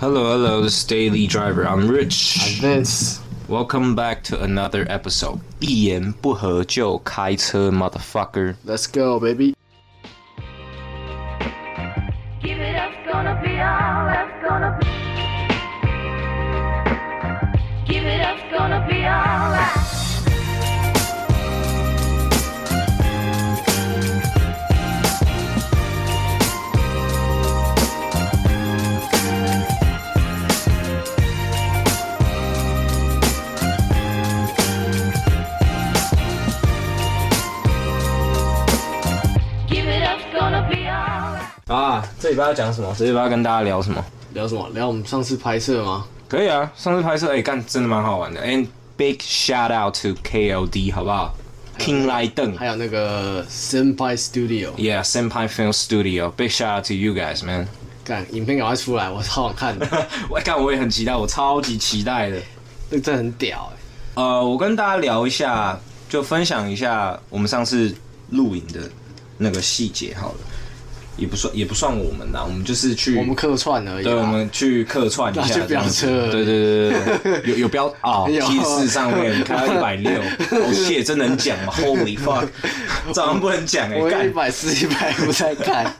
Hello, hello, this is Daily Driver. I'm Rich. Vince， Welcome back to another episode. 一言不合就开车，motherfucker。 let's go baby。 Give it up, gonna be all that's gonna be. Give it up, gonna be all that. Give it up, gonna be all that. 啊，这礼拜要讲什么？这礼拜要跟大家聊什么？聊什么？聊我们上次拍摄吗？可以啊，上次拍摄，哎、干，真的蛮好玩的。And big shout out to KLD，好不好？King 来邓还有那个 Senpai Studio， ，Yeah, Senpai Film Studio. Big shout out to you guys, man. 干影片赶快出来，我超想看的， 我看我也很期待，我超级期待的。那个真的很屌哎、呃，我跟大家聊一下，就分享一下我们上次露营的那个细节好了，也不算也不算我们啦，我们就是去嗯我们客串而已啦。对，啊我们去客串一那下就这样子，飙车了对对对对对，有有标啊，有七四上面开到一百六，哦，谢，真能讲吗？Holy fuck，这好像不能讲哎、我一干百四、一百五在看，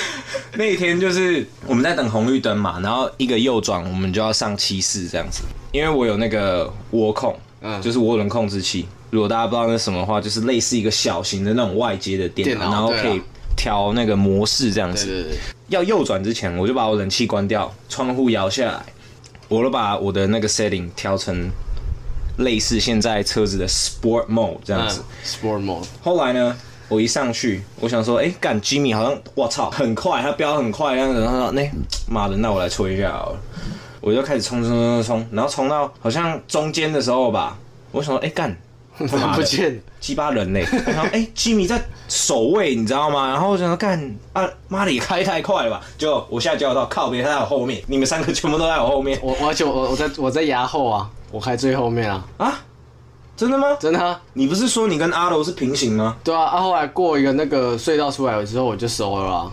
那一天就是我们在等红绿灯嘛，然后一个右转，我们就要上七四这样子。因为我有那个涡控，嗯就是涡轮控制器。如果大家不知道那是什么的话，就是类似一个小型的那种外接的电脑，电脑然后对啊可以调那个模式这样 对子。对对，要右转之前，我就把我冷气关掉，窗户摇下来，我就把我的那个 setting 调成类似现在车子的 Sport Mode 这样嗯子。 ，Sport Mode，后来呢，我一上去，我想说，哎、干 Jimmy 好像，我操，很快，他飙很快，这样子，然后说，那、妈的，那我来吹一下好了，我就开始冲冲冲冲冲，然后冲到好像中间的时候吧，我想说，哎、干，他妈的不见了鸡巴人嘞、我想说，哎、j i m m y 在首位，你知道吗？然后我想说，干啊，妈的，也开太快了吧？结果我下交流道，靠别，他在我后面，你们三个全部都在我后面我我而且我我在我在牙后啊，我开最后面啊，啊？真的吗？真的、啊。你不是说你跟阿柔是平行吗？对啊，啊后来过一个那个隧道出来了之后，我就熟了啊，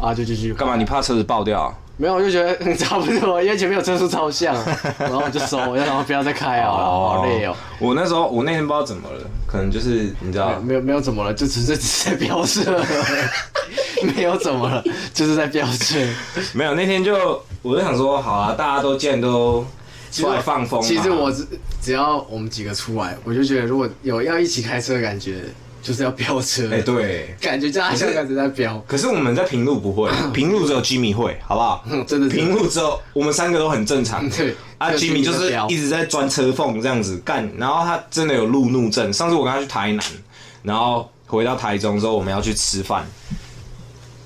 啊就继续干嘛？你怕车子爆掉啊、没有，我就觉得 嗯差不多，因为前面有车速超像， 然后我就收，我就然后不要再开好了，好累哦。我那时候我那天不知道怎么了，可能就是你知道，没有没有怎么了，就只是只 是在飙车， 没有怎么了，就是在飙车。没有那天就我就想说，好啊，大家都既然都出来放风嘛，其实我只只要我们几个出来，我就觉得如果有要一起开车的感觉，就是要飙车。哎、对，感觉大家感觉在飙，可是我们在平路不会，平路只有 Jimmy 会，好不好？嗯真的是平路只有我们三个都很正常， 对啊只有 Jimmy Jimmy 就是在飙一直在钻车缝这样子干，然后他真的有路怒症。上次我跟他去台南，然后回到台中之后，我们要去吃饭，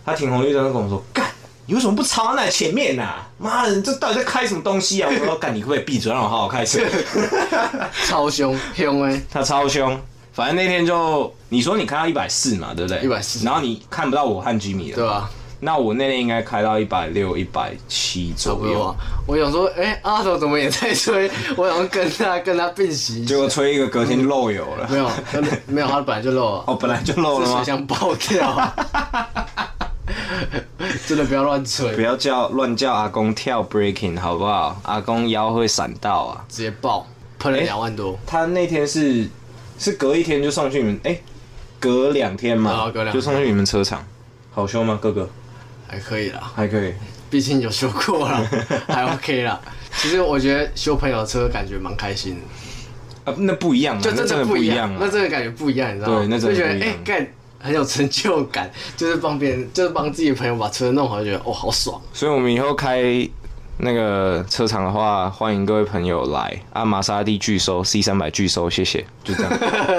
他停红绿灯就跟我说：“干，你为什么不插在前面呐、妈的，你这到底在开什么东西啊？”我说：“ 干，你可不可以闭嘴，让我好好开车？” 超凶，凶哎！他超凶。反正那天就你说你开到一百四嘛，对不对？ 140然后你看不到我和 Jimmy 了，对啊吧？那我那天应该开到一百六、一百七差不左多右啊，。我想说，哎，阿斗怎么也在追？我想跟他跟他并行一下，结果吹一个隔天就漏油了。没有，没有，他本来就漏了。哦，本来就漏了是水吗？箱 爆掉，真的不要乱不吹，要叫乱叫阿公跳 breaking 好不好？阿公腰会闪到啊。直接爆，喷了两万多，他那天是是隔一天就送去你们，哎、隔两天嘛，哦隔两天就送去你们车厂，好凶吗？哥哥还可以啦，还可以。毕竟有修过 啦，还 OK 啦。其实我觉得修朋友车感觉蛮开心的，啊，那不一样啊，就那真真的不一一样样，啊那。真的感觉不一样，你知道吗？对那真的就觉不一得样哎干、很有成就感，就是帮别人，就是帮自己的朋友把车弄好，就觉得哦好爽。 所以我们以后开那个车厂的话，欢迎各位朋友来啊！玛莎拉蒂拒收，C 三百拒收，谢谢，就这样，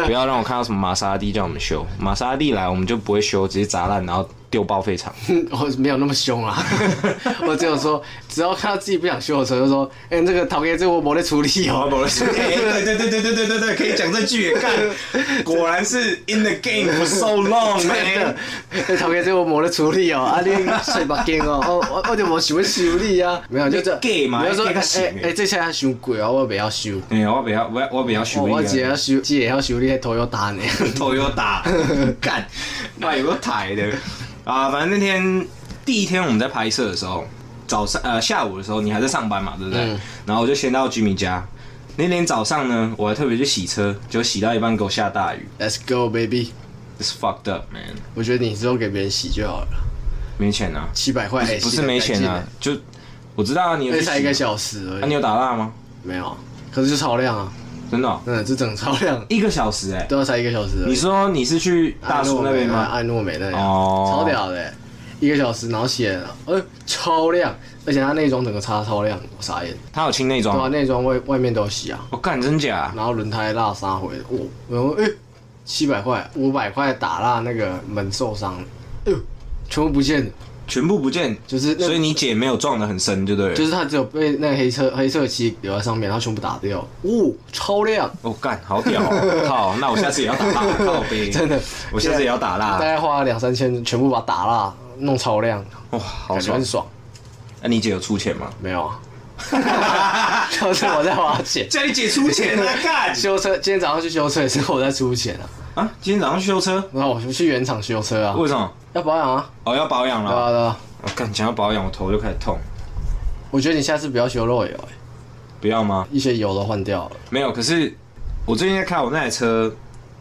不要让我看到什么玛莎拉蒂叫我们修，玛莎拉蒂来我们就不会修，直接砸烂，然后丢报废厂。我哦没有那么 凶啦，我只有说，只要看到自己不想修的车，就说，哎、这个陶哥这我没得处理哦、保说，哎，对对对对对对对对，可以讲这句，干，果然是 in the game for so long 真的，那头家这我没得处理哦，啊你洗目镜哦，哦我我就无想要修理啊，没有就这，你假嘛没有说假哎到死哎哎这车伤贵哦，我不要修，哎，我比较我我比较哦修我一只个要修只会晓修理头油单呢， 头又大， 干，哎妈有个台的啊！反正那天第一天我们在拍摄的时候，早上呃下午的时候你还在上班嘛，对不对？嗯然后我就先到居民家。那天早上呢，我还特别去洗车，就洗到一半给我下大雨 Let's go baby， ，It's fucked up man，我觉得你之后给别人洗就好了，没钱啊，七百哎块不是没钱啊，，就我知道啊，你有那去才一个洗小时而啊，已，你有打蜡吗？没有，可是就超量啊，真的哦、真的这整超量，一个小时哎、都要才一个小时而已。你说你是去大叔那边吗？吗？安诺美那里啊，哦超屌的欸，一个小时，然后洗了，呃，超亮，而且它内装整个擦超亮，我傻眼。他有清内对啊，装，内装外外面都有洗啊，我干真假啊？然后轮胎蜡沙回，我然后哎，七百块，五百块打蜡那个门受伤了，哎呦，全部不见了，全部不见，就是那所以你姐没有撞得很深，就对了。就是它只有被那个黑色黑色漆留在上面，然后全部打掉，哦，超亮，我干，好屌、 哦！靠，那我下次也要打蜡，靠呗。真的，我下次也要打大蜡。概花了两三千，全部把它打蜡弄超亮，哇，好感觉爽很！爽，那、你姐有出钱吗？没有啊， 就是我在花钱。叫你姐出 钱啊！干修车，今天早上去修车也是我在出钱啊，啊！今天早上修车，然后我就去原厂修车啊，为什么？要保养啊，哦，要保养对了。啊对啊，我干，讲到保养，我头就开始痛。我觉得你下次不要修漏油、欸，不要吗？一些油都换掉了， 没有，可是我最近在看我那台车，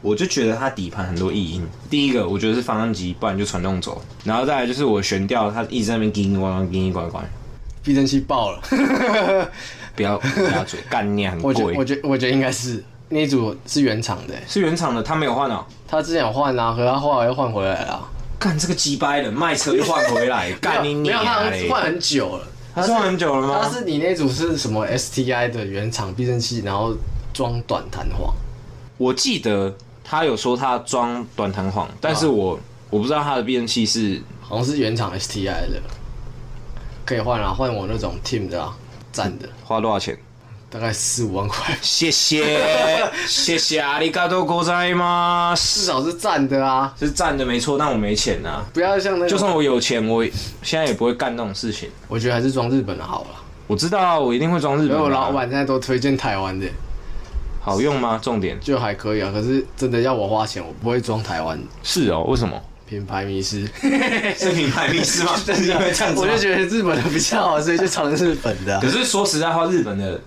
我就觉得它底盘很多异音。第一个，我觉得是方向机，不然就传动轴。然后再来就是我悬吊，它一直在那边叮叮咣咣、叮叮咣咣。避震器爆了，不要不要嘴，干你很我觉我贵。觉我觉得应该是那一组是原厂的欸、是原厂的，他没有换哦。他之前有换啊，可是他后来又换回来了啊，干这个鸡掰的，卖车又换回来，干你没娘有，没有他好嘞！像换很久了，他是换很久了他吗？是你那组是什么 STI 的原厂避震器，然后装短弹簧，我记得他有说他装短弹簧，但啊是我我不知道他的避震器是好像是原厂 STI 的，可以换啊，换我那种 Team 的啊，站的。花多少钱。大概四五万块，谢 谢谢谢阿里嘎多国在吗？至少是站的啊，是站的没错，但我没钱啊。不要像那个。就算我有钱，我现在也不会干那种事情。我觉得还是装日本的好了，我知道我一定会装日因为本。啊我老板现在都推荐台湾的，好用吗？重点就还可以啊。可是真的要我花钱，我不会装台湾是哦，为什么？品牌迷失，是品牌迷 失吗？是因为这样子我吗就觉得日本的比较好，所以就尝日本的啊、可是说实在话，日本的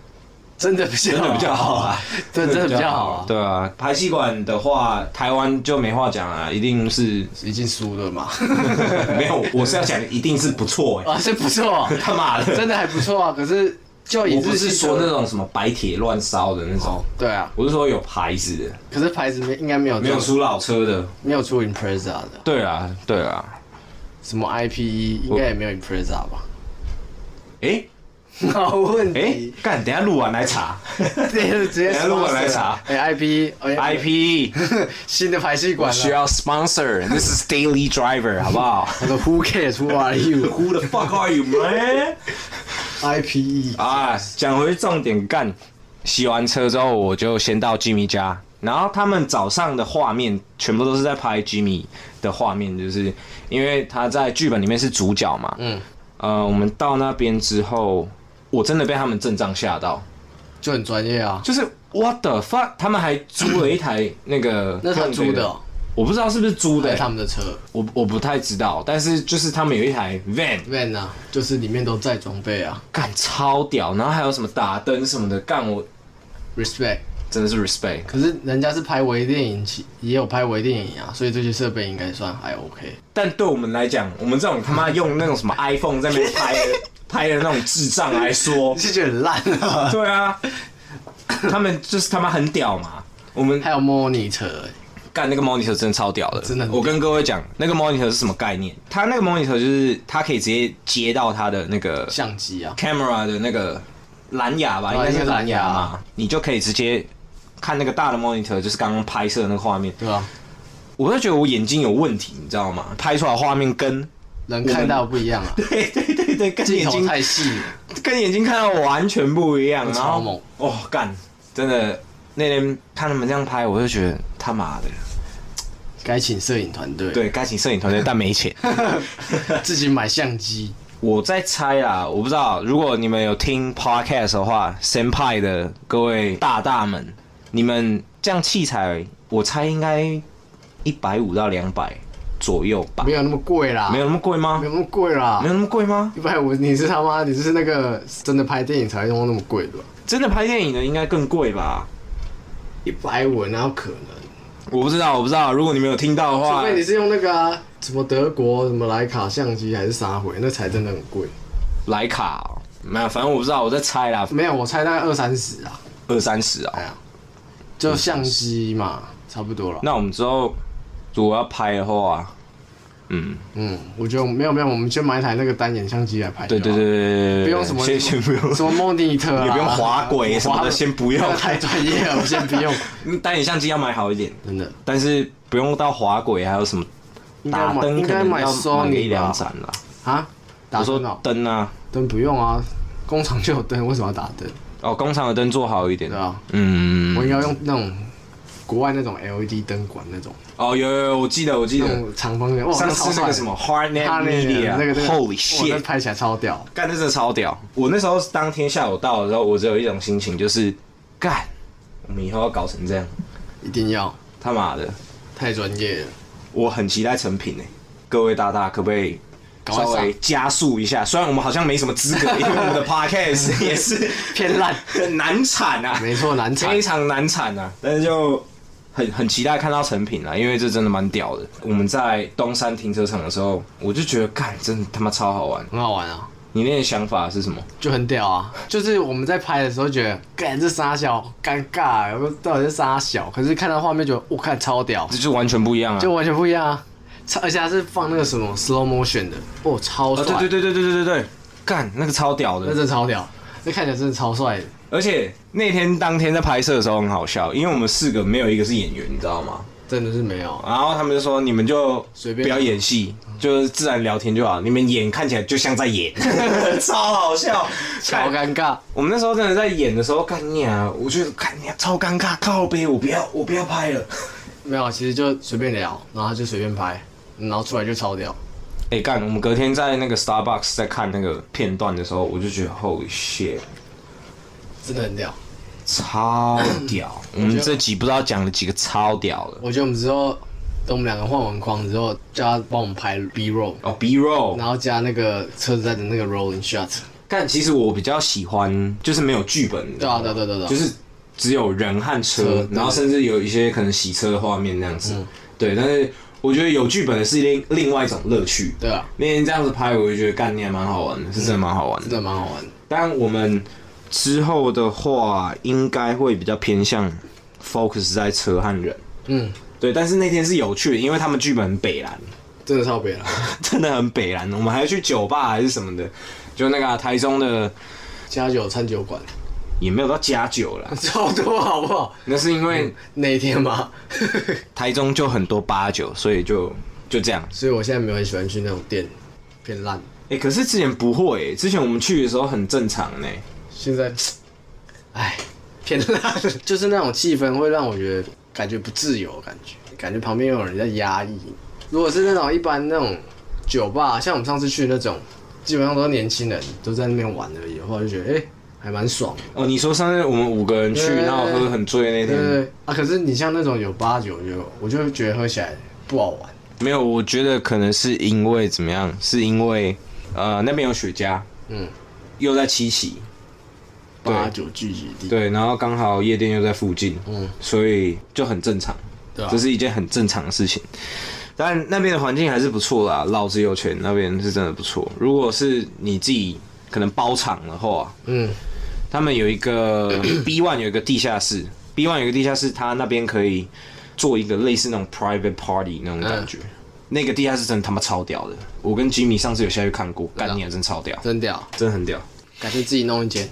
真的比较 真的比较好啊，对，真的比较好啊，对啊，排气管的话，台湾就没话讲啊，一定是 已经输了嘛， 没有，我是要讲一定是不错哎、啊，是不错，他妈的，真的还不错啊。可是就以我不日系是车说那种什么白铁乱烧的那种，对啊，我是说有牌子的，可是牌子没应该没有没有这种出老车的。没有出 Impreza 的，对啊，对啊，什么 IPE 应该也没有 Impreza 吧？哎、好问哎、题，干，等一下录完来 查直接等下录完来查哎，IP IP，新的排气我管啊需了。要 sponsor，this is daily driver，好不好我说 Who cares who are you？ ？Who the fuck are you man？ IPE 啊，讲回重点干，洗完车之后我就先到吉米家，然后他们早上的画面全部都是在拍吉米的画面，就是因为他在剧本里面是主角嘛。嗯。呃，我们到那边之后，我真的被他们阵仗吓到，就很专业啊。就是 what the fuck，他们还租了一台那个， 那他租的哦，我不知道是不是租对的，他们的车我我不太知道，但是就是他们有一台 van， van 啊，就是里面都载装备啊干超屌，然后还有什么打灯什么的，干我，respect。真的是 respect。可是人家是拍微电影起，也有拍微电影啊，所以这些设备应该算还 OK。但对我们来讲，我们这种他妈用那种什么 iPhone 在那边拍的拍的那种智障来说，是觉得很烂啊？对啊，他们就是他妈很屌嘛。我们还有 monitor，干那个 monitor 真的超屌的，真的很屌我跟各位讲，那个 monitor 是什么概念？它那个 monitor 就是它可以直接接到它的那个相机啊， camera 的那个蓝牙吧，对应该是蓝牙应该是蓝牙嘛啊，你就可以直接看那个大的 monitor，就是刚刚拍摄的那个画面。对吧、我就觉得我眼睛有问题，你知道吗？拍出来的画面跟人看到不一样啊， 对对对对，跟镜眼头睛太细了，跟眼睛看到完全不一样，然超后猛哦干，真的那天看他们这样拍，我就觉得他妈的，该请摄影团队，，对，该请摄影团队，但没 钱。自己买相机。我在猜啦，我不知道，如果你们有听 podcast 的话，senpai 的各位大大们，你们这样器材，我猜应该一百五到两百，左右吧没，有那么贵啦，没有那么贵吗没？有那么贵啦没，有那么贵吗？一百五你是他妈你是那个真的拍电影才用那么贵的吧？真的拍电影的应该更贵吧？一百五哪有可能？我不知道，我不知道。如果你们有听到的除话，非你是用那个啊、什么德国什么徕卡相机还是啥回，那才真的很贵。莱卡哦没有，反正我不知道，我在猜啦，没有，我猜大概二三十啊，二三十啊哎。呀，就相机嘛，差不多了。那我们之后如果要拍的话，嗯，嗯，我觉得没有没有，我们就买一台那个单眼相机来拍就对好。对对对对对，不用什么先先不用什么 monitor 啊，也不用滑轨什么的滑先 不用那太专业了，我先不用。单眼相机要买好一点，真的，但是不用到滑轨，还有什么应该打买灯应可该能买要买个一 Sony 两吧？盏啦。啊，打我说灯哦，灯啊，灯不用啊，工厂就有灯，为什么要打灯？哦，工厂的灯做好一点对。啊，我应嗯，该用那种国外那种 LED 灯管那种，哦，有有有，我记得我记那得，种长方形。哇，上次那个什么 Hardnet 他那个 Media，那个那个 Holy 哇那 shit！拍起来超屌。干，那真的超屌！我那时候当天下午到的时候，我只有一种心情，就是干，我们以后要搞成这样，一定要，他妈的！太专业了，我很期待成品诶、欸各位大大可不可以赶快稍微上加速一下？虽然我们好像没什么资 格，因为我们的 podcast 也是 偏烂，很难产啊，没错，难产非。常难产啊，但是就。很很期待看到成品啊，因为这真的蛮屌的。我们在东山停车场的时候，我就觉得干，真的他妈超好玩。很好玩啊，你那个想法是什么？就很屌啊！就是我们在拍的时候觉得，干这傻小尴尬，啊我到底是傻小？可是看到画面觉得，我看超屌，这就完全不一样啊！就完全不一样啊！超而且它是放那个什么 slow motion 的，哦，超啊，帅，对对对对对对对对，干那个超屌那的，真的超屌，那看起来真的超帅的。而且那天当天在拍摄的时候很好笑，因为我们四个没有一个是演员，你知道吗？真的是没有，然后他们就说你们就随不便要演戏，就是自然聊天就好，你们演看起来就像在演， 超好笑，超干尴尬，我们那时候真的在演的时候，干你啊！我觉得干你、啊、超尴尬，靠背，我不要，我不要拍了。 没有，其实就随便聊，然后他就随便拍，然后出来就超屌，哎、干！我们隔天在那个 Starbucks 在看那个片段的时候，我就觉得 Holy shit，真的很屌。超屌！ 我们这集不知道讲了几个超屌的。我觉得我们之后等我们两个换完框之后，叫他帮我们拍 B roll，哦，B roll，然后加那个车子在的那个 rolling shot。但其实我比较喜欢就是没有剧本的，对啊，对对对对，就是只有人和车车，嗯然后甚至有一些可能洗车的画面那样子。对，但是我觉得有剧本的是另另外一种乐趣。对啊，那天这样子拍，我就觉得干你还蛮好玩的，是真的蛮好玩真的。的蛮好玩。但我们之后的话，应该会比较偏向 focus 在车和人。嗯，对，但是那天是有趣的，因为他们剧本很北蓝， 真的超别了，真的很北蓝。我们还去酒吧还是什么的，就那个啊、台中的加酒餐酒馆也没有到加酒啦，超多好不好？那是因为那一天嘛，台中就很多八九，所以就就这样。 所以我现在没有很喜欢去那种店，偏烂。哎、可是之前不会、之前我们去的时候很正常呢、现在，哎，偏烂， 就是那种气氛会让我觉得感觉不自由，感觉感觉旁边有人在压抑。如果是那种一般那种酒吧，像我们上次去那种，基本上都是年轻人都在那边玩而已，我就觉得哎、还蛮爽的。哦，你说上次我们五个人去，对然后喝很醉那对对天，对啊，可是你像那种有八九就，我就觉得喝起来不好玩。没有，我觉得可能是因为怎么样？是因为呃那边有雪茄，嗯，又在七期，对八九聚集地，对，然后刚好夜店又在附近，嗯，所以就很正常，对啊这是一件很正常的事情。但那边的环境还是不错啦，老子有钱那边是真的不错。如果是你自己可能包场的话，嗯，他们有一个 B One 有一个地下室，B One 有一个地下室，它那边可以做一个类似那种 private party 那种感嗯觉。那个地下室真的他妈超屌的，我跟吉米上次有下去看过，啊干你还真超屌，真屌，真的很屌。改天自己弄 一间，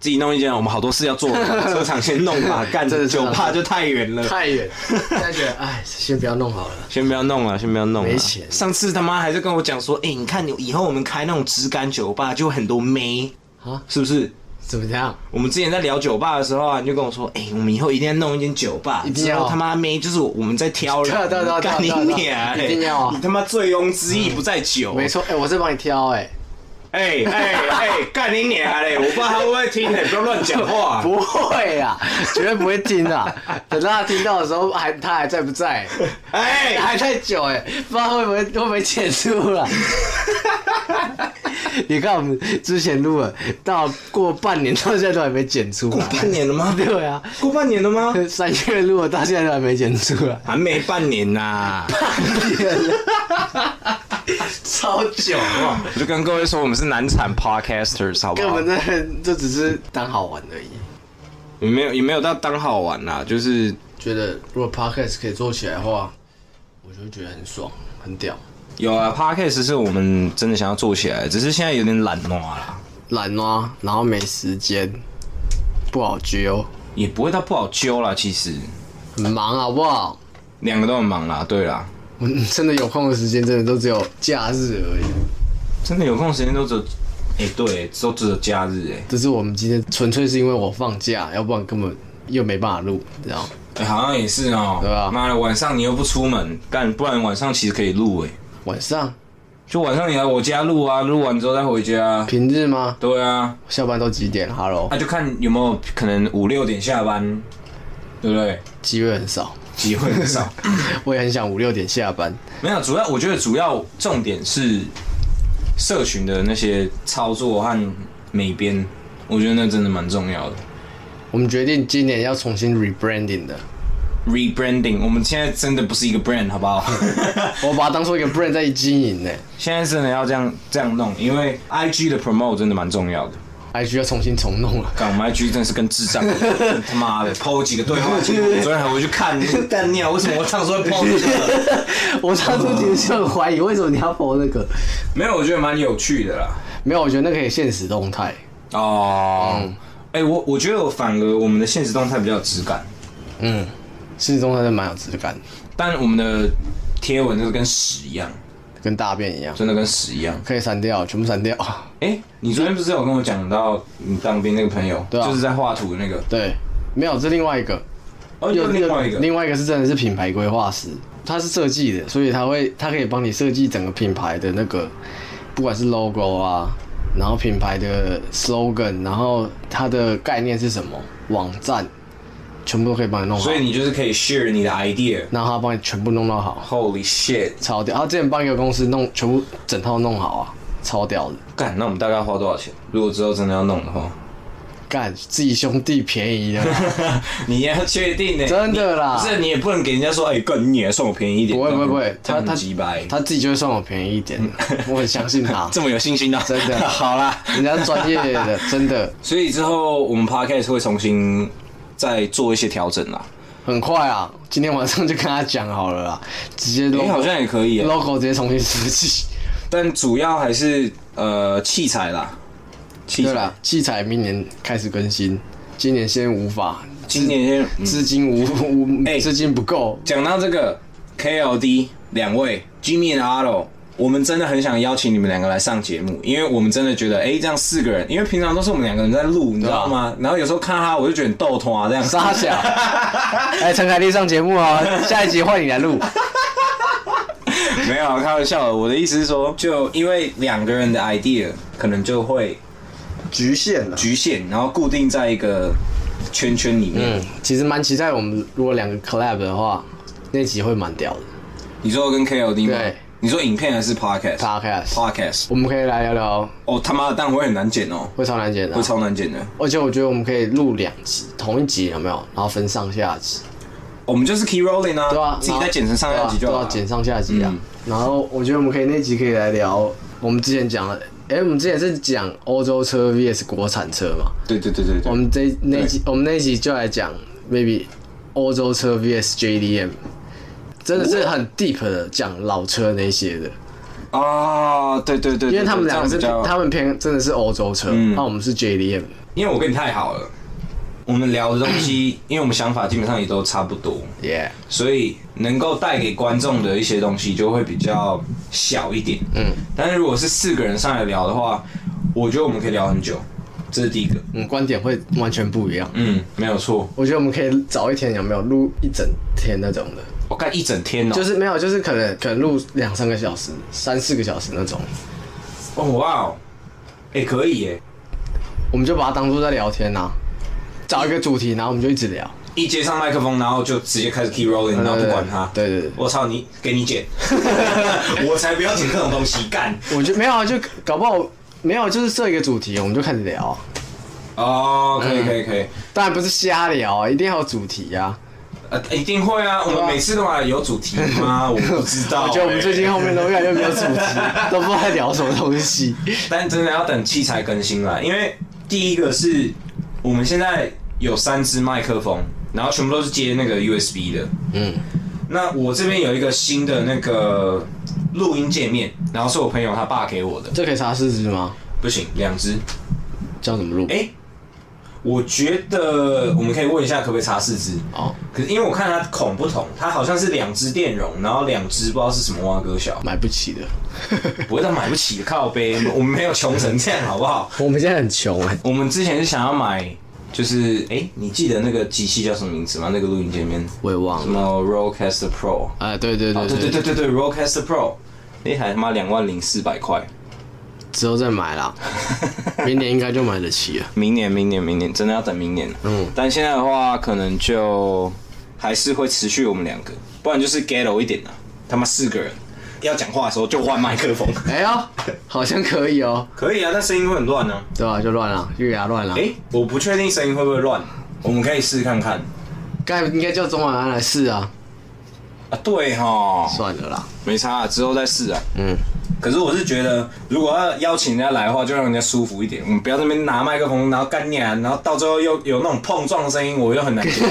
自己弄一间，我们好多事要做， 车厂先弄吧，干真的是酒啊吧就太远了。太远，现在觉得哎，先不要弄好了，先不要弄了，先不要弄了。没钱上次他妈还在跟我讲说，哎、你看你以后我们开那种质感酒吧，就会很多妹啊是不是？怎么样？我们之前在聊酒吧的时候啊，你就跟我说，哎、我们以后一定要弄一间酒吧，一定要之后他妈妹就是我们在挑人，对对 对对干你对对对娘嘞！哎一定要啊哦你他妈醉翁之意不在酒，没错，哎、我在帮你挑、哎，哎哎哎，干你娘嘞！我爸他会不会听呢？哎不要乱讲话。 不会啦，绝对不会听 啦。等到他听到的时候，还他还在不在？哎，还太久哎、不知道会不会会不会结束 了。你看我们之前录了，到过半年到现在都还没剪出过来。半年了吗？对啊，过半年了吗？三月录了到现在都还没剪出来，还没半年呐、超久啊！我就跟各位说，我们是难产 podcasters，好不根好本？那这只是当好玩而已。也没有也没有到当好玩啦，就是觉得如果 podcast 可以做起来的话，我就会觉得很爽，很屌。有啊，podcast 是我们真的想要做起来的，只是现在有点懒惰啦，懒啊，然后没时间，不好揪，也不会到不好揪啦。其实很忙好不好？ 两个都很忙啦，对啦，我真的有空的时间，真的都只有假日而已。真的有空时间都只有，哎、对，都只有假日、哎这是我们今天纯粹是因为我放假，要不然根本又没办法录，你知道吗？哎、好像也是哦、对啊妈的，晚上你又不出门，干，不然晚上其实可以录，哎，晚上就晚上你来我家录啊，录完之后再回家。平日吗？对啊，下班都几点？Hello，那就看有没有可能五六点下班，对不对？机会很少， 机会很少。我也很想五六点下班。没有，主要我觉得主要重点是社群的那些操作和美编，我觉得那真的蛮重要的。我们决定今年要重新 rebranding 的， Rebranding，我们现在真的不是一个 brand，好不好？ 我把它当做一个 brand 在经营呢、现在真的要这样这样弄，因为 IG 的 promote 真的蛮重要的。 IG 要重新重弄了。干，我们 IG 真的是跟智障一样，他妈的，PO 几个对话记录，我昨天还回去看， 干尿，为什么我上次会 PO 这个？ 我当初其实是很怀疑，为什么你要播那个？ 没有，我觉得蛮有趣的啦。没有，我觉得那可以现实动态。哦，哎、我我觉得我反而我们的现实动态比较有质感，嗯，现实动态真的蛮有质感，但我们的贴文就是跟屎一样，跟大便一样，真的跟屎一样。可以删掉，全部删掉。 哎、你昨天不是有跟我讲到你当兵那个朋友，对啊就是在画图的那个，对，没有，这另外一个。哦，有另外一个，另外一个是真的是品牌规划师，他是设计的，所以他会他可以帮你设计整个品牌的那个，不管是 logo 啊，然后品牌的 slogan，然后它的概念是什么，网站，全部都可以帮你弄好。所以你就是可以 share 你的 idea。然后他帮你全部弄到好， Holy shit！超屌。他之前帮一个公司弄全部整套弄好啊，超屌的。干，那我们大概花多少钱？如果之后真的要弄的话， 干自己兄弟便宜的，你要确定呢、真的啦你不是你也不能给人家说，哎、干你也算我便宜一点。不会不会不会，他他他他几百，他自己就会算我便宜 一点的，我很相信他，这么有信心的、真的 好啦，人家专业的，真的所以之后我们 podcast 会重新再做一些调整啦。很快啊！今天晚上就跟他讲好了啦，直接哎、好 logo 像也可以耶， logo 直接重新设 计。但主要还是呃器材啦，器对材啦。，器材明年开始更新，今年先无法，今年先嗯资金无无哎资金不 够，讲到这个 KLD 两位 Jimmy 和 Aro，我们真的很想邀请你们两个来上节目，因为我们真的觉得，哎、这样四个人，因为平常都是我们两个人在录，你知道吗？然后有时候看他，我就觉得很逗痛啊，这样。傻小。哎，陈凯丽上节目啊，下一集换你来录。没有，开玩笑的，我的意思是说，就因为两个人的 idea 可能就会 局限了。局限，然后固定在一个圈圈里面。嗯，其实蛮期待我们如果两个 collab 的话，那集会蛮屌的。你说跟 KLD 吗对？你说影片还是 podcast？podcast Podcast，我们可以来聊聊，哦，他妈的，但会很难剪哦，会超难剪的啊、会超难剪的。而且我觉得我们可以录两集，同一集有没有？然后分上下集，我们就是 key rolling 啊，对啊，嗯自己再剪成上下集就对好啊了。嗯对啊剪上下集啊。然后我觉得我们可以那集可以来聊，我们之前讲了，哎、我们之前是讲欧洲车 vs 国产车嘛，对对对对对，我们这那集我们那集就来讲 maybe 欧洲车 vs JDM，真的哦是很 deep 的讲老车那些的，啊，对对对，对因 为他们两个是这样比较他们偏真的是欧洲车，嗯那、我们是 JDM，因为我跟你太好了，我们聊的东 西，因为我们想法基本上也都差不多，耶、所以能够带给观众的一些东西就会比较小一点。嗯，但是如果是四个人上来聊的话，我觉得我们可以聊很久，这是第一个。嗯，观点会完全不一样。嗯，没有错。我觉得我们可以早一天有没有录一整天那种的，我看一整天哦，就是没有，就是可能可能录两三个小时、三四个小时那种，哦哇哦，哎、可以耶、我们就把它当做在聊天呐、啊找一个主题，然后我们就一直聊。一接上麦克风，然后就直接开始 key rolling，然后不管他。呃对对对我操你，给你 剪，我才不要剪这种东西干。我觉得没有啊，就搞不好没有，就是设一个主题，我们就开始聊啊。哦，可以嗯可以可以，当然不是瞎聊啊，一定要有主题呀、呃，一定会啊，我们每次都嘛有主题 吗？我不知道、欸我觉得我们最近后面都越来越没有主题， 都不知道在聊什么东西。但真的要等器材更新了，因为第一个是我们现在有三支麦克风，然后全部都是接那个 USB 的。嗯，那我这边有一个新的那个录音界面，然后是我朋友他爸给我的，这可以查四肢吗？不行，两支。这样怎么录？哎、我觉得我们可以问一下可不可以插四支。哦，可是因为我看它孔不同，它好像是两只电容，然后两只不知道是什么蛙哥小，买不 起的。不会到买不起的靠背，我们没有穷成这样，好不好？我们现在很穷哎、 我们之前是想要买，就是哎、你记得那个机器叫什么名字吗？那个录音界面我也忘什了。么 Rodecaster Pro？哎，对对哦，对对对对，对对，Rodecaster Pro，那台他妈两万零四百块，之后再 买啦，明年应该就买得起了。明年明年明年真的要等明年了。嗯但现在的话，可能就还是会持续我们两个，不然就是 ghetto 一点啊，他妈四个人要讲话的时候就换麦克风。哎呀，好像可以哦、 可以啊，但声音会很乱呢、啊。对吧、就乱了，月牙乱了。哎、我不确定声音会不会乱，我们可以试看看。该应该叫钟晚安来试啊，啊，对哈，算了啦，没差、啊，之后再试啊。嗯，可是我是觉得，如果要邀请人家来的话，就让人家舒服一点。我们不要在那边拿麦克风，然后干你啊，然后到最后又有那种碰撞的声音，我又很难 剪，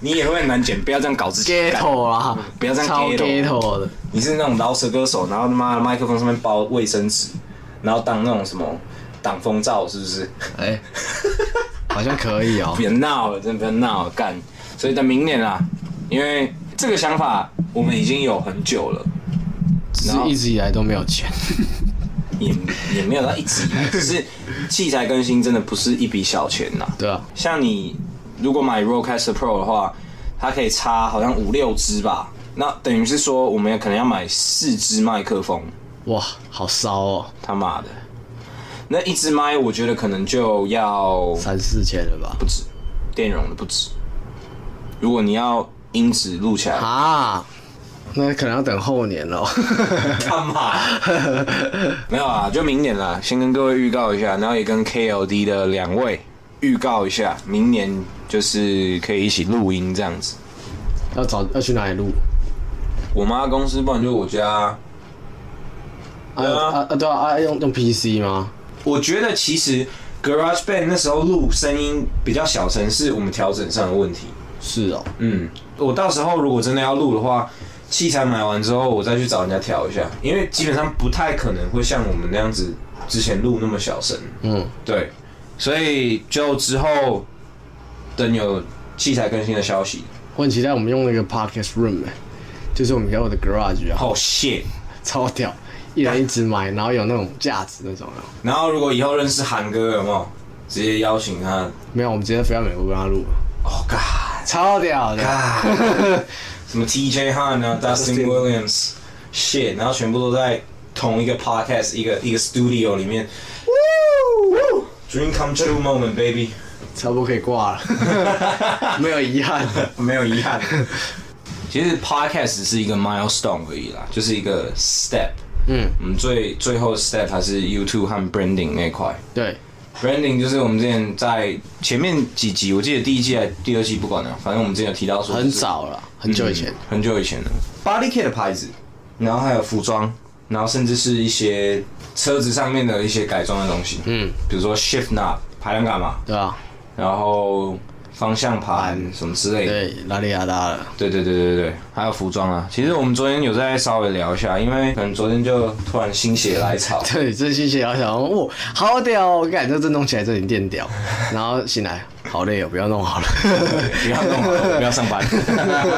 你也会很难剪。不要这样搞自己。街头啦，不要这样超 ghetto 的，你是那种饶舌歌手，然后他妈的麦克风上面包卫生纸，然后当那种什么挡风罩，是不是？ 哎、好像可以哦、别闹了，真的不要闹了，干！所以等明年啦，因为这个想法我们已经有很久了，只然是后一直以来都没有钱，也也没有到一直以来，只是器材更新真的不是一笔小钱呐。对啊，像你如果买 Rodecaster Pro 的话，它可以插好像五六支吧，那等于是说我们可能要买四支麦克风，哇，好骚哦、他妈的！那一支麦，我觉得可能就要三四千了吧？不止，电容的不止。如果你要音质录起来，啊，那可能要等后年哦喽。干嘛？没有啊，就明年啦，先跟各位预告一下，然后也跟 KLD 的两位预告一下，明年就是可以一起录音这样子。 要找要去哪里录？我妈公司，不然就我家。啊对啊啊啊！对啊啊！用用 PC 吗？我觉得其实 GarageBand 那时候录声音比较小声，是我们调整上的问题。是哦、嗯，我到时候如果真的要录的话，器材买完之后，我再去找人家调一下，因为基本上不太可能会像我们那样子之前录那么小声。嗯，对，所以就之后等有器材更新的消息。我很期待我们用那个 Podcast Room，、欸、就是我们给我的 Garage 啊，哦，谢。 超屌，一人一直买，然后有那种架子那种啊。然后如果以后认识韩哥有没有，直接邀请他？没有，我们直接飞到美国跟他录，哦，God，啊超屌的。 什么 TJ Han 啊，Dustin Dustin Williams，谢，然后全部都在同一个 podcast 一个一个 studio 里面。Woo! Dream come true moment, baby。差不多可以挂 了，没有遗憾。没有遗憾。 其实 podcast 只是一个 milestone 而已啦，就是一个 step。嗯，我们最最后 step 还是 YouTube 和 branding 那一块。对， branding 就是我们之前在前面几集，我记得第一季还第二季不管了，反正我们之前有提到说很早了，很久以前嗯。很久以前了。Body Kit 的牌子，然后还有服装，然后甚至是一些车子上面的一些改装的东西，嗯，比如说 shift knob 排量杆嘛，对啊，然后方向盘什么之类的。对，拉里亚达了，对对对对对，还有服装啊。其实我们昨天有在稍微聊一下，因为可能昨天就突然心血来 潮，对，真心想想，哇，好屌、哦！我感觉这弄起来真的电屌，然后醒来，好累哦，不要弄好了， 不要弄了，不要上班，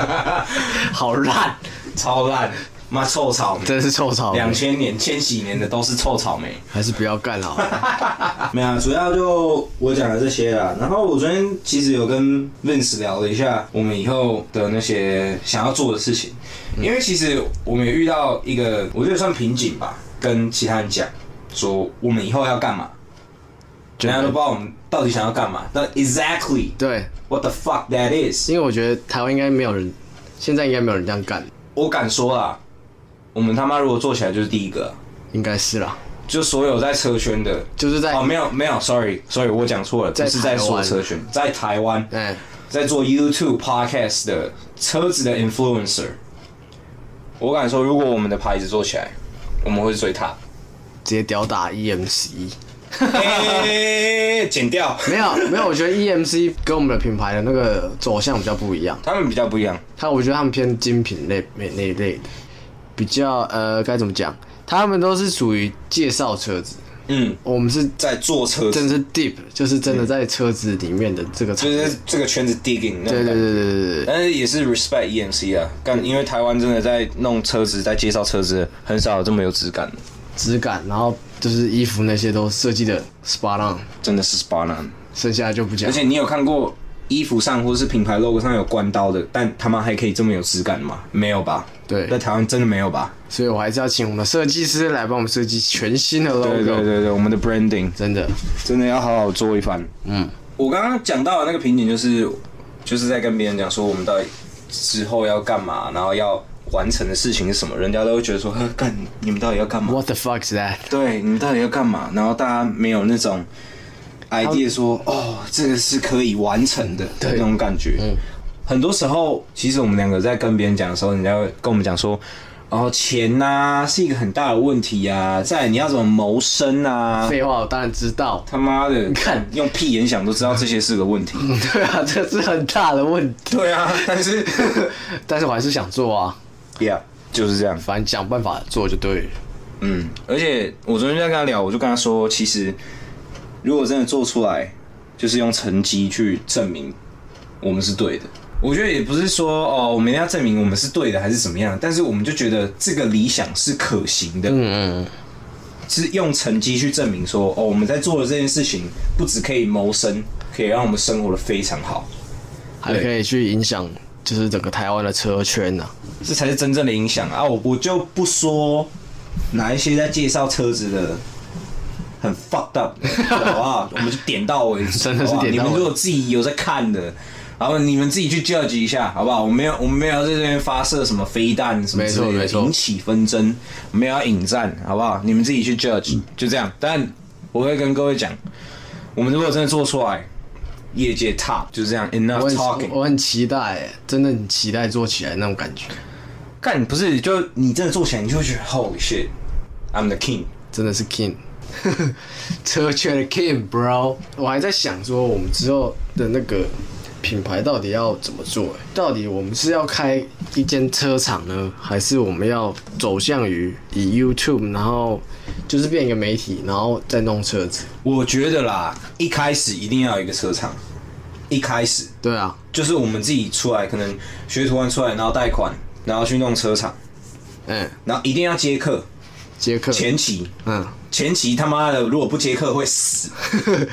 好烂，超烂，妈臭草莓，真是臭草莓，两千年、千禧年的都是臭草莓。还是不要干了 好了。没有、啊，主要就我讲的这些啦。然后我昨天其实有跟 Vince 聊了一下我们以后的那些想要做的事情，嗯因为其实我们也遇到一个我觉得算瓶颈吧，跟其他人讲说我们以后要干嘛，人家都不知道我们到底想要干嘛。那 exactly 对， what the fuck that is？因为我觉得台湾应该没有人，现在应该没有人这样干，我敢说啦，我们他妈如果做起来就是第一个啊，应该是啦，就所有在车圈的，就是在哦，没有没有，sorry，sorry，我讲错了，不在是在台说湾车圈，在台湾，哎，在做 YouTube podcast 的车子的 influencer，我敢说，如果我们的牌子做起来，我们会是最 top。直接吊打 E EMC。欸剪掉，没有没有，我觉得 E EMC 跟我们的品牌的那个走向比较不一样。他们比较不一样。他我觉得他们偏精品类那那一类的，比较呃该怎么讲？他们都是属于介绍车子，嗯，我们是在做车真子，是 deep，就是真的在车子里面的这个产就业。是这个圈子 digging 那种对对感觉对对对对对，但是也是 respect EMC 啊，干，因为台湾真的在弄车子，在介绍车子，很少有这么有质感的，质感，然后就是衣服那些都设计的 spot on，真的是 spot on。剩下的就不讲而。且你有看过衣服上或是品牌 logo 上有关刀的，但他妈还可以这么有质感吗？没有吧？对在台湾真的没有吧？所以我还是要请我们的设计师来帮我们设计全新的 logo。对对对对，我们的 branding 真的，真的要好好做一番。嗯，我刚刚讲到的那个瓶颈就是，就是在跟别人讲说我们到底之后要干嘛，然后要完成的事情是什么，人家都会觉得说，呵，干，你们到底要干嘛？ What the fuck is that？对你们到底要干嘛？然后大家没有那种 idea 说，哦，这个是可以完成的那种感觉。很多时候，其实我们两个在跟别人讲的时候，人家会跟我们讲说，哦，钱呐、是一个很大的问题啊，再来你要怎么谋生啊？废话，我当然知道。他妈的，看用屁眼想都知道这些是个问题。对啊，这是很大的问 题，对啊， 但是但是我还是想做啊， ，Yeah，就是这样。反正想办法做就对了。嗯，而且我昨天在跟他聊，我就跟他说，其实如果真的做出来，就是用成绩去证明我们是对的。我觉得也不是说哦，我们要证明我们是对的还是怎么样，但是我们就觉得这个理想是可行的，嗯嗯，是用成绩去证明说哦，我们在做的这件事情不只可以谋生，可以让我们生活的非常好，还可以去影响就是整个台湾的车圈呐、啊。这才是真正的影响啊！我我就不说哪一些在介绍车子的很 fucked up，的好不好？ 我们就点到为止，真的是好不好点到为止你们如果自己有在看的，然后你们自己去 judge 一下，好不好？我没有，我们没有在这边发射什么飞弹什么之没类的，错没错引起纷争，我们要引战，好不好？你们自己去 judge，就这样。但我会跟各位讲，我们如果真的做出来，业界 top 就是这样我，enough 很 talking。我很期待、真的很期待做起来那种感觉，干不是，就你真的做起来，你就会觉得 Holy shit，I'm the king。真的是 king，车圈的 king bro。我还在想说，我们之后的那个品牌到底要怎么做、欸？到底我们是要开一间车厂呢，还是我们要走向于以 YouTube，然后就是变一个媒体，然后再弄车子？我觉得啦，一开始一定要有一个车厂，一开始对啊，就是我们自己出来，可能学徒完出来，然后贷款，然后去弄车厂，嗯，然后一定要接客，杰克，前期。嗯，前期他妈的，如果不接客会 死，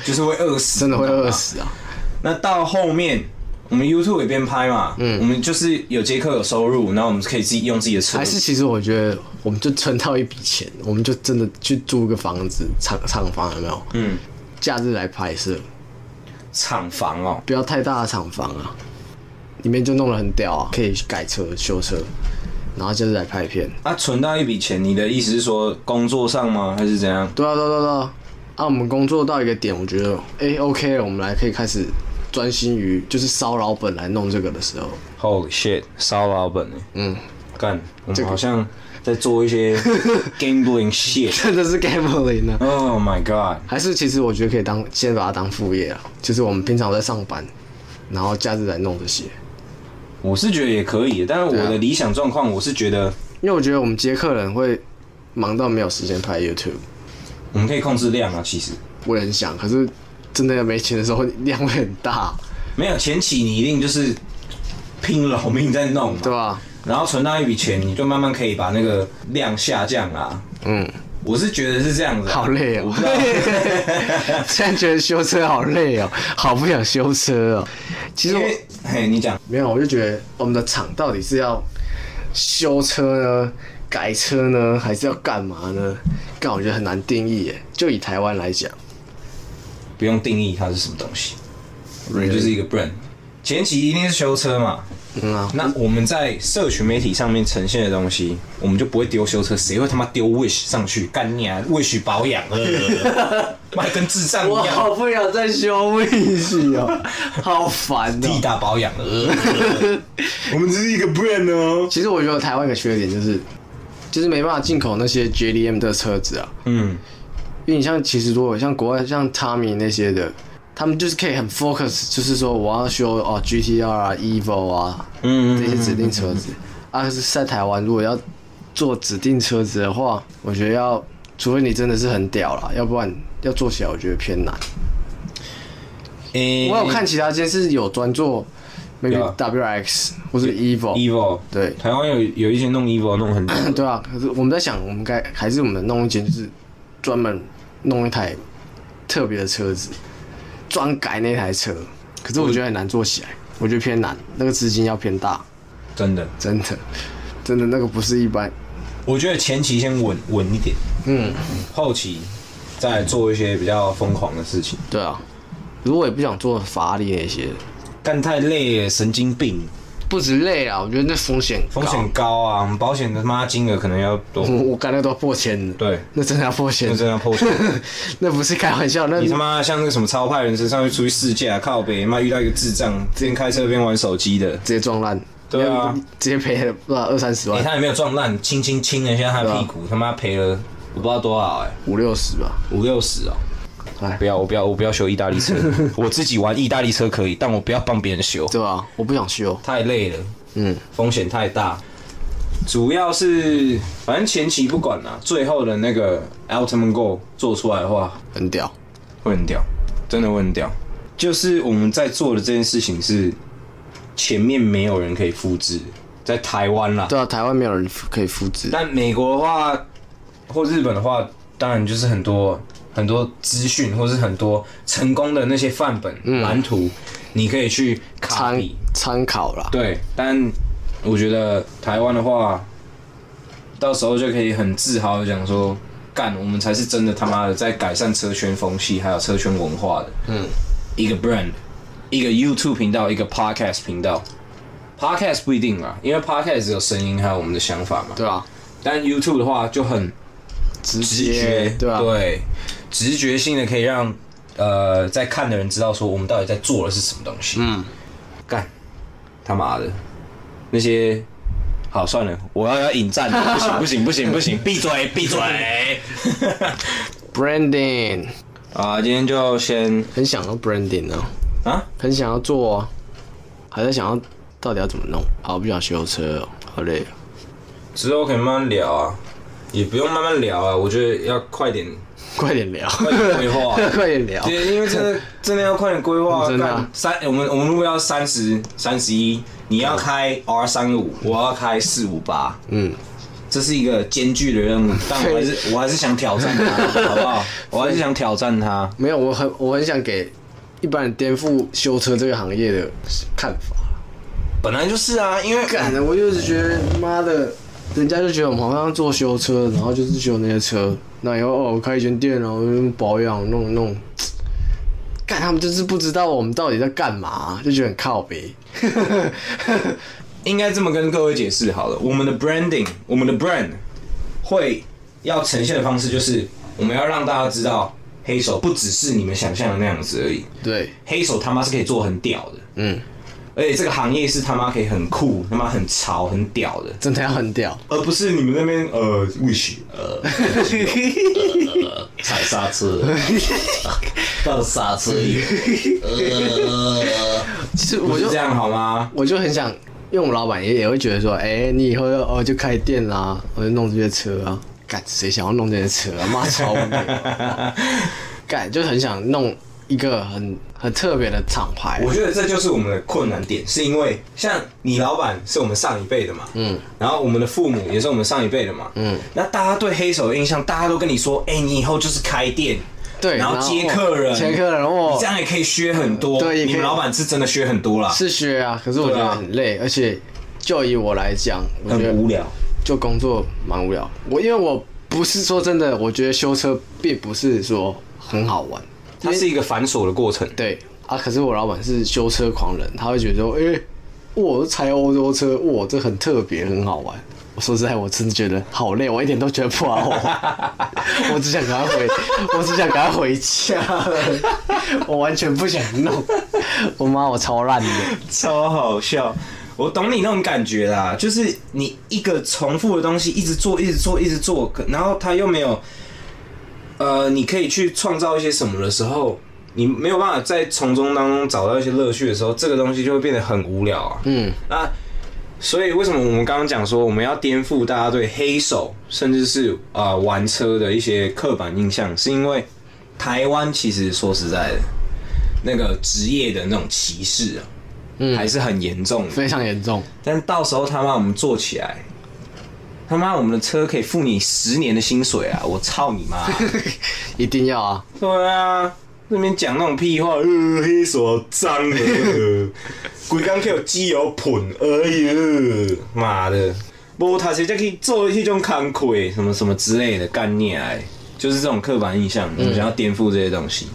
就是会饿死，真的会你懂吗饿。死啊！那到后面，我们 YouTube 也边拍嘛，嗯我们就是有接客有收入，然后我们可以自己用自己的车，还是其实我觉得，我们就存到一笔钱，我们就真的去租个房子，厂厂房有没有？嗯，假日来拍摄，厂房哦，不要太大的厂房啊，里面就弄得很屌啊，可以改车、修车，然后假日来拍片。啊，存到一笔钱，你的意思是说工作上吗？还是怎样？对啊，对啊对啊对啊。啊，我们工作到一个点，我觉得，哎、o k 了，我们来可以开始专心于就是骚扰本来弄这个的时候， Holy shit，骚老本呢？嗯，干，我们好像在做一 些 gambling shit。真的是 gambling 啊。 Oh my god！还是其实我觉得可以当先把它当副业啊，就是我们平常在上班，然后假日来弄这些。我是觉得也可以，但是我的理想状况，我是觉得因为我觉得我们接客人会忙到没有时间拍 YouTube，我们可以控制量啊。其实我也很想，可是真的没钱的时候量会很大，没有前期你一定就是拼老命在弄嘛，对吧、然后存到一笔钱，你就慢慢可以把那个量下降啊。嗯，我是觉得是这样子啊、好累哦 我不知道现在觉得修车好累哦，好不想修车哦。其实因我为嘿，你讲没有，我就觉得我们的厂到底是要修车呢，改车呢，还是要干嘛呢？干我觉得很难定义耶。就以台湾来讲，不用定义它是什么东西，我们就是一个 brand。前期一定是修车嘛，嗯啊，那我们在社群媒体上面呈现的东西，我们就不会丢修车，谁会他妈丢 wish 上去干你啊？wish 保养，嗯 呃，妈跟智障一我样，好不想再修利息哦，好烦 地哦。大保养，呃，嗯 我们只是一个 brand 哦。其实我觉得台湾有个缺点就是，就是没办法进口那些 JDM 的车子啊，嗯，因为你像其实如果像国外像 Tommy 那些的，他们就是可以很 focus，就是说我要修哦 GTR 啊、Evo 啊，嗯嗯嗯这些指定车子。啊，可是在台湾如果要做指定车子的话，我觉得要除非你真的是很屌啦，要不然要做起来我觉得偏难。诶我有看其他间是有专做 maybe 有啊 WX 或是 Evo， Evo，对，台湾有有一些弄 Evo 弄很久对啊。可是我们在想，我们该还是我们弄一间就是专门弄一台特别的车子，专改那台车。可是我觉得很难做起来，我觉得偏难，那个资金要偏大， 真的，真的，真的那个不是一般。我觉得前期先稳稳一点，嗯，后期再做一些比较疯狂的事情，对啊。如果也不想做法拉利那些，但太累了，神经病，不止累啊，我觉得那风险高风险高啊，我们保险他妈金额可能要多，我我感觉都要破千了。对，那真的要破千那了，真的要破产。 那不是开玩笑，那你他妈像那个什么超派人身上去出去试驾，靠北妈遇到一个智障，边开车边玩手机的，直接撞烂。对啊，直接赔了不知道二三十你万，哎看有没有撞烂，轻轻亲了一下他的屁股，他妈赔了我不知道多少哎、五六十吧。啊五六十哦哎。不要，我不要，我不要修意大利 车，我自己玩意大利车可以，但我不要帮别人修，对啊，我不想修。太累了，嗯，风险太大。主要是，反正前期不管啦，最后的那个 Ultimate Goal 做出来的话，很屌。会很屌，真的会很屌。就是我们在做的这件事情是前面没有人可以复制，在台湾啦，对啊，台湾没有人可以复制。但美国的话或日本的话，当然就是很多很多资讯，或是很多成功的那些范本、蓝图，你可以去卡嗯参比。参考啦，对，啊但我觉得台湾的话，到时候就可以很自豪的讲说，干，我们才是真的他妈的在改善车圈风气，还有车圈文化的。嗯，一个 brand，一个 YouTube 频道，一个 podcast 频道。podcast 不一定啦，因为 podcast 只有声音，还有我们的想法嘛。对啊，但 YouTube 的话就很直直觉接，对啊，对，直觉性的可以让呃在看的人知道说我们到底在做的是什么东西。嗯，干他妈的那些。好，算了，我要要引战了，不 行不行不行不行，闭嘴闭 嘴！ branding 啊，今天就先很想要 branding 啊，啊，很想要做、啊，还在想要到底要怎么弄。好，不想修车、哦，好累哦、之后可以慢慢聊啊，也不用慢慢聊啊，我觉得要快点快点聊，快点规划 快点聊。对，因为 真的真的要快点规划，真的啊干三我们我们目标三十三十一，你要开 R 三五，我要开四五八，嗯，这是一个艰巨的任务，但我还是我还是想挑战它，好不好？我还是想挑战它。没有，我很我很想给一般人颠覆修车这个行业的看法。本来就是啊，因为干的，我就是觉得妈的，人家就觉得我们好像做修车，然后就是修那些车，那以后哦我开一间店，然后保养弄一弄，干他们就是不知道我们到底在干嘛，就觉得很靠北。 应该这么跟各位解释好了，我们的 branding，我们的 brand 会要呈现的方式就是，我们要让大家知道黑手不只是你们想象的那样子而已，对，黑手他妈是可以做很屌的。嗯，而且这个行业是他妈可以很酷、他妈很潮、很屌的，真的要很屌， 而不是你们那边呃 wish 呃踩刹车， 放刹车油，呃，其实不我是就这样好吗？我就很想，因为我们老板也也会觉得说，哎、你以后要哦就开店啦，哦我就弄这些车啊，干谁想要弄这些车啊？妈超 无聊，干就很想弄一个很很特别的厂牌啊、我觉得这就是我们的困难点，是因为像你老板是我们上一辈的嘛，嗯，然后我们的父母也是我们上一辈的嘛，嗯，那大家对黑手的印象，大家都跟你说，哎、你以后就是开店，对，然后接客人，接客人哦你这，样也可以削很多，对也可以你们老板是真的削很多啦，是学啊，可是我觉对得啊很累，而且就以我来讲，我觉很得无聊，就工作蛮无聊。我因为我不是说真的，我觉得修车并不是说很好玩，它是一个繁琐的过程。对啊，可是我老板是修车狂人，他会觉得说，哎、我拆欧洲车，哇，这很特别，很好玩。我说实在，我真的觉得好累，我一点都觉得不好玩，我只想赶快回，我只想赶快回家，我完全不想弄。我妈，我超烂的，超好笑。我懂你那种感觉啦，就是你一个重复的东西一直做，一直做，一直做，可然后它又没有，呃，你可以去创造一些什么的时候，你没有办法在从中当中找到一些乐趣的时候，这个东西就会变得很无聊啊。嗯，那所以为什么我们刚刚讲说我们要颠覆大家对黑手甚至是呃玩车的一些刻板印象，是因为台湾其实说实在的，那个职业的那种歧视啊，嗯还是很严重的。非常严重。但到时候他妈我们做起来，他妈我们的车可以付你十年的薪水啊！我操你妈、一定要啊！对啊，那边讲那种屁话，呃，黑手好脏的，呃规工去有机油喷，哎呦，妈的，无读书才去做迄种工课，什么什么之类的干念哎，就是这种刻板印象，我们想要颠覆这些东西。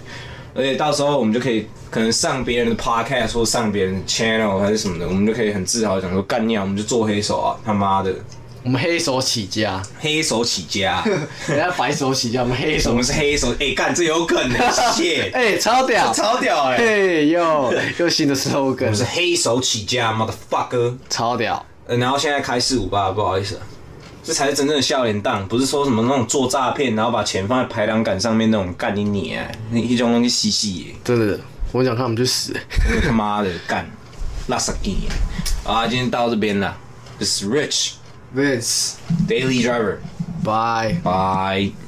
而且到时候我们就可以可能上别人的 podcast 或上别人的 channel 还是什么的，我们就可以很自豪地讲说干念，我们就做黑手啊，他妈的我们黑手起家，黑手起家， 人家白手起家，我们黑我手，们。是黑手，哎、干这有梗的，谢 哎、超屌！超屌哎、嘿哟，又新的我们是 slogan，黑手起家，motherfucker。超屌！呃然后现在开四五八，不好意思啊、这才是真正的笑脸档，不是说什么那种做诈骗，然后把钱放在排挡杆上面那种干你你哎，那一种东西嘻嘻耶，真的，我想看我们去死。他妈的干，拉萨基耶！好啊，今天到这边了，这是 Rich Vince， Daily Driver，拜。拜。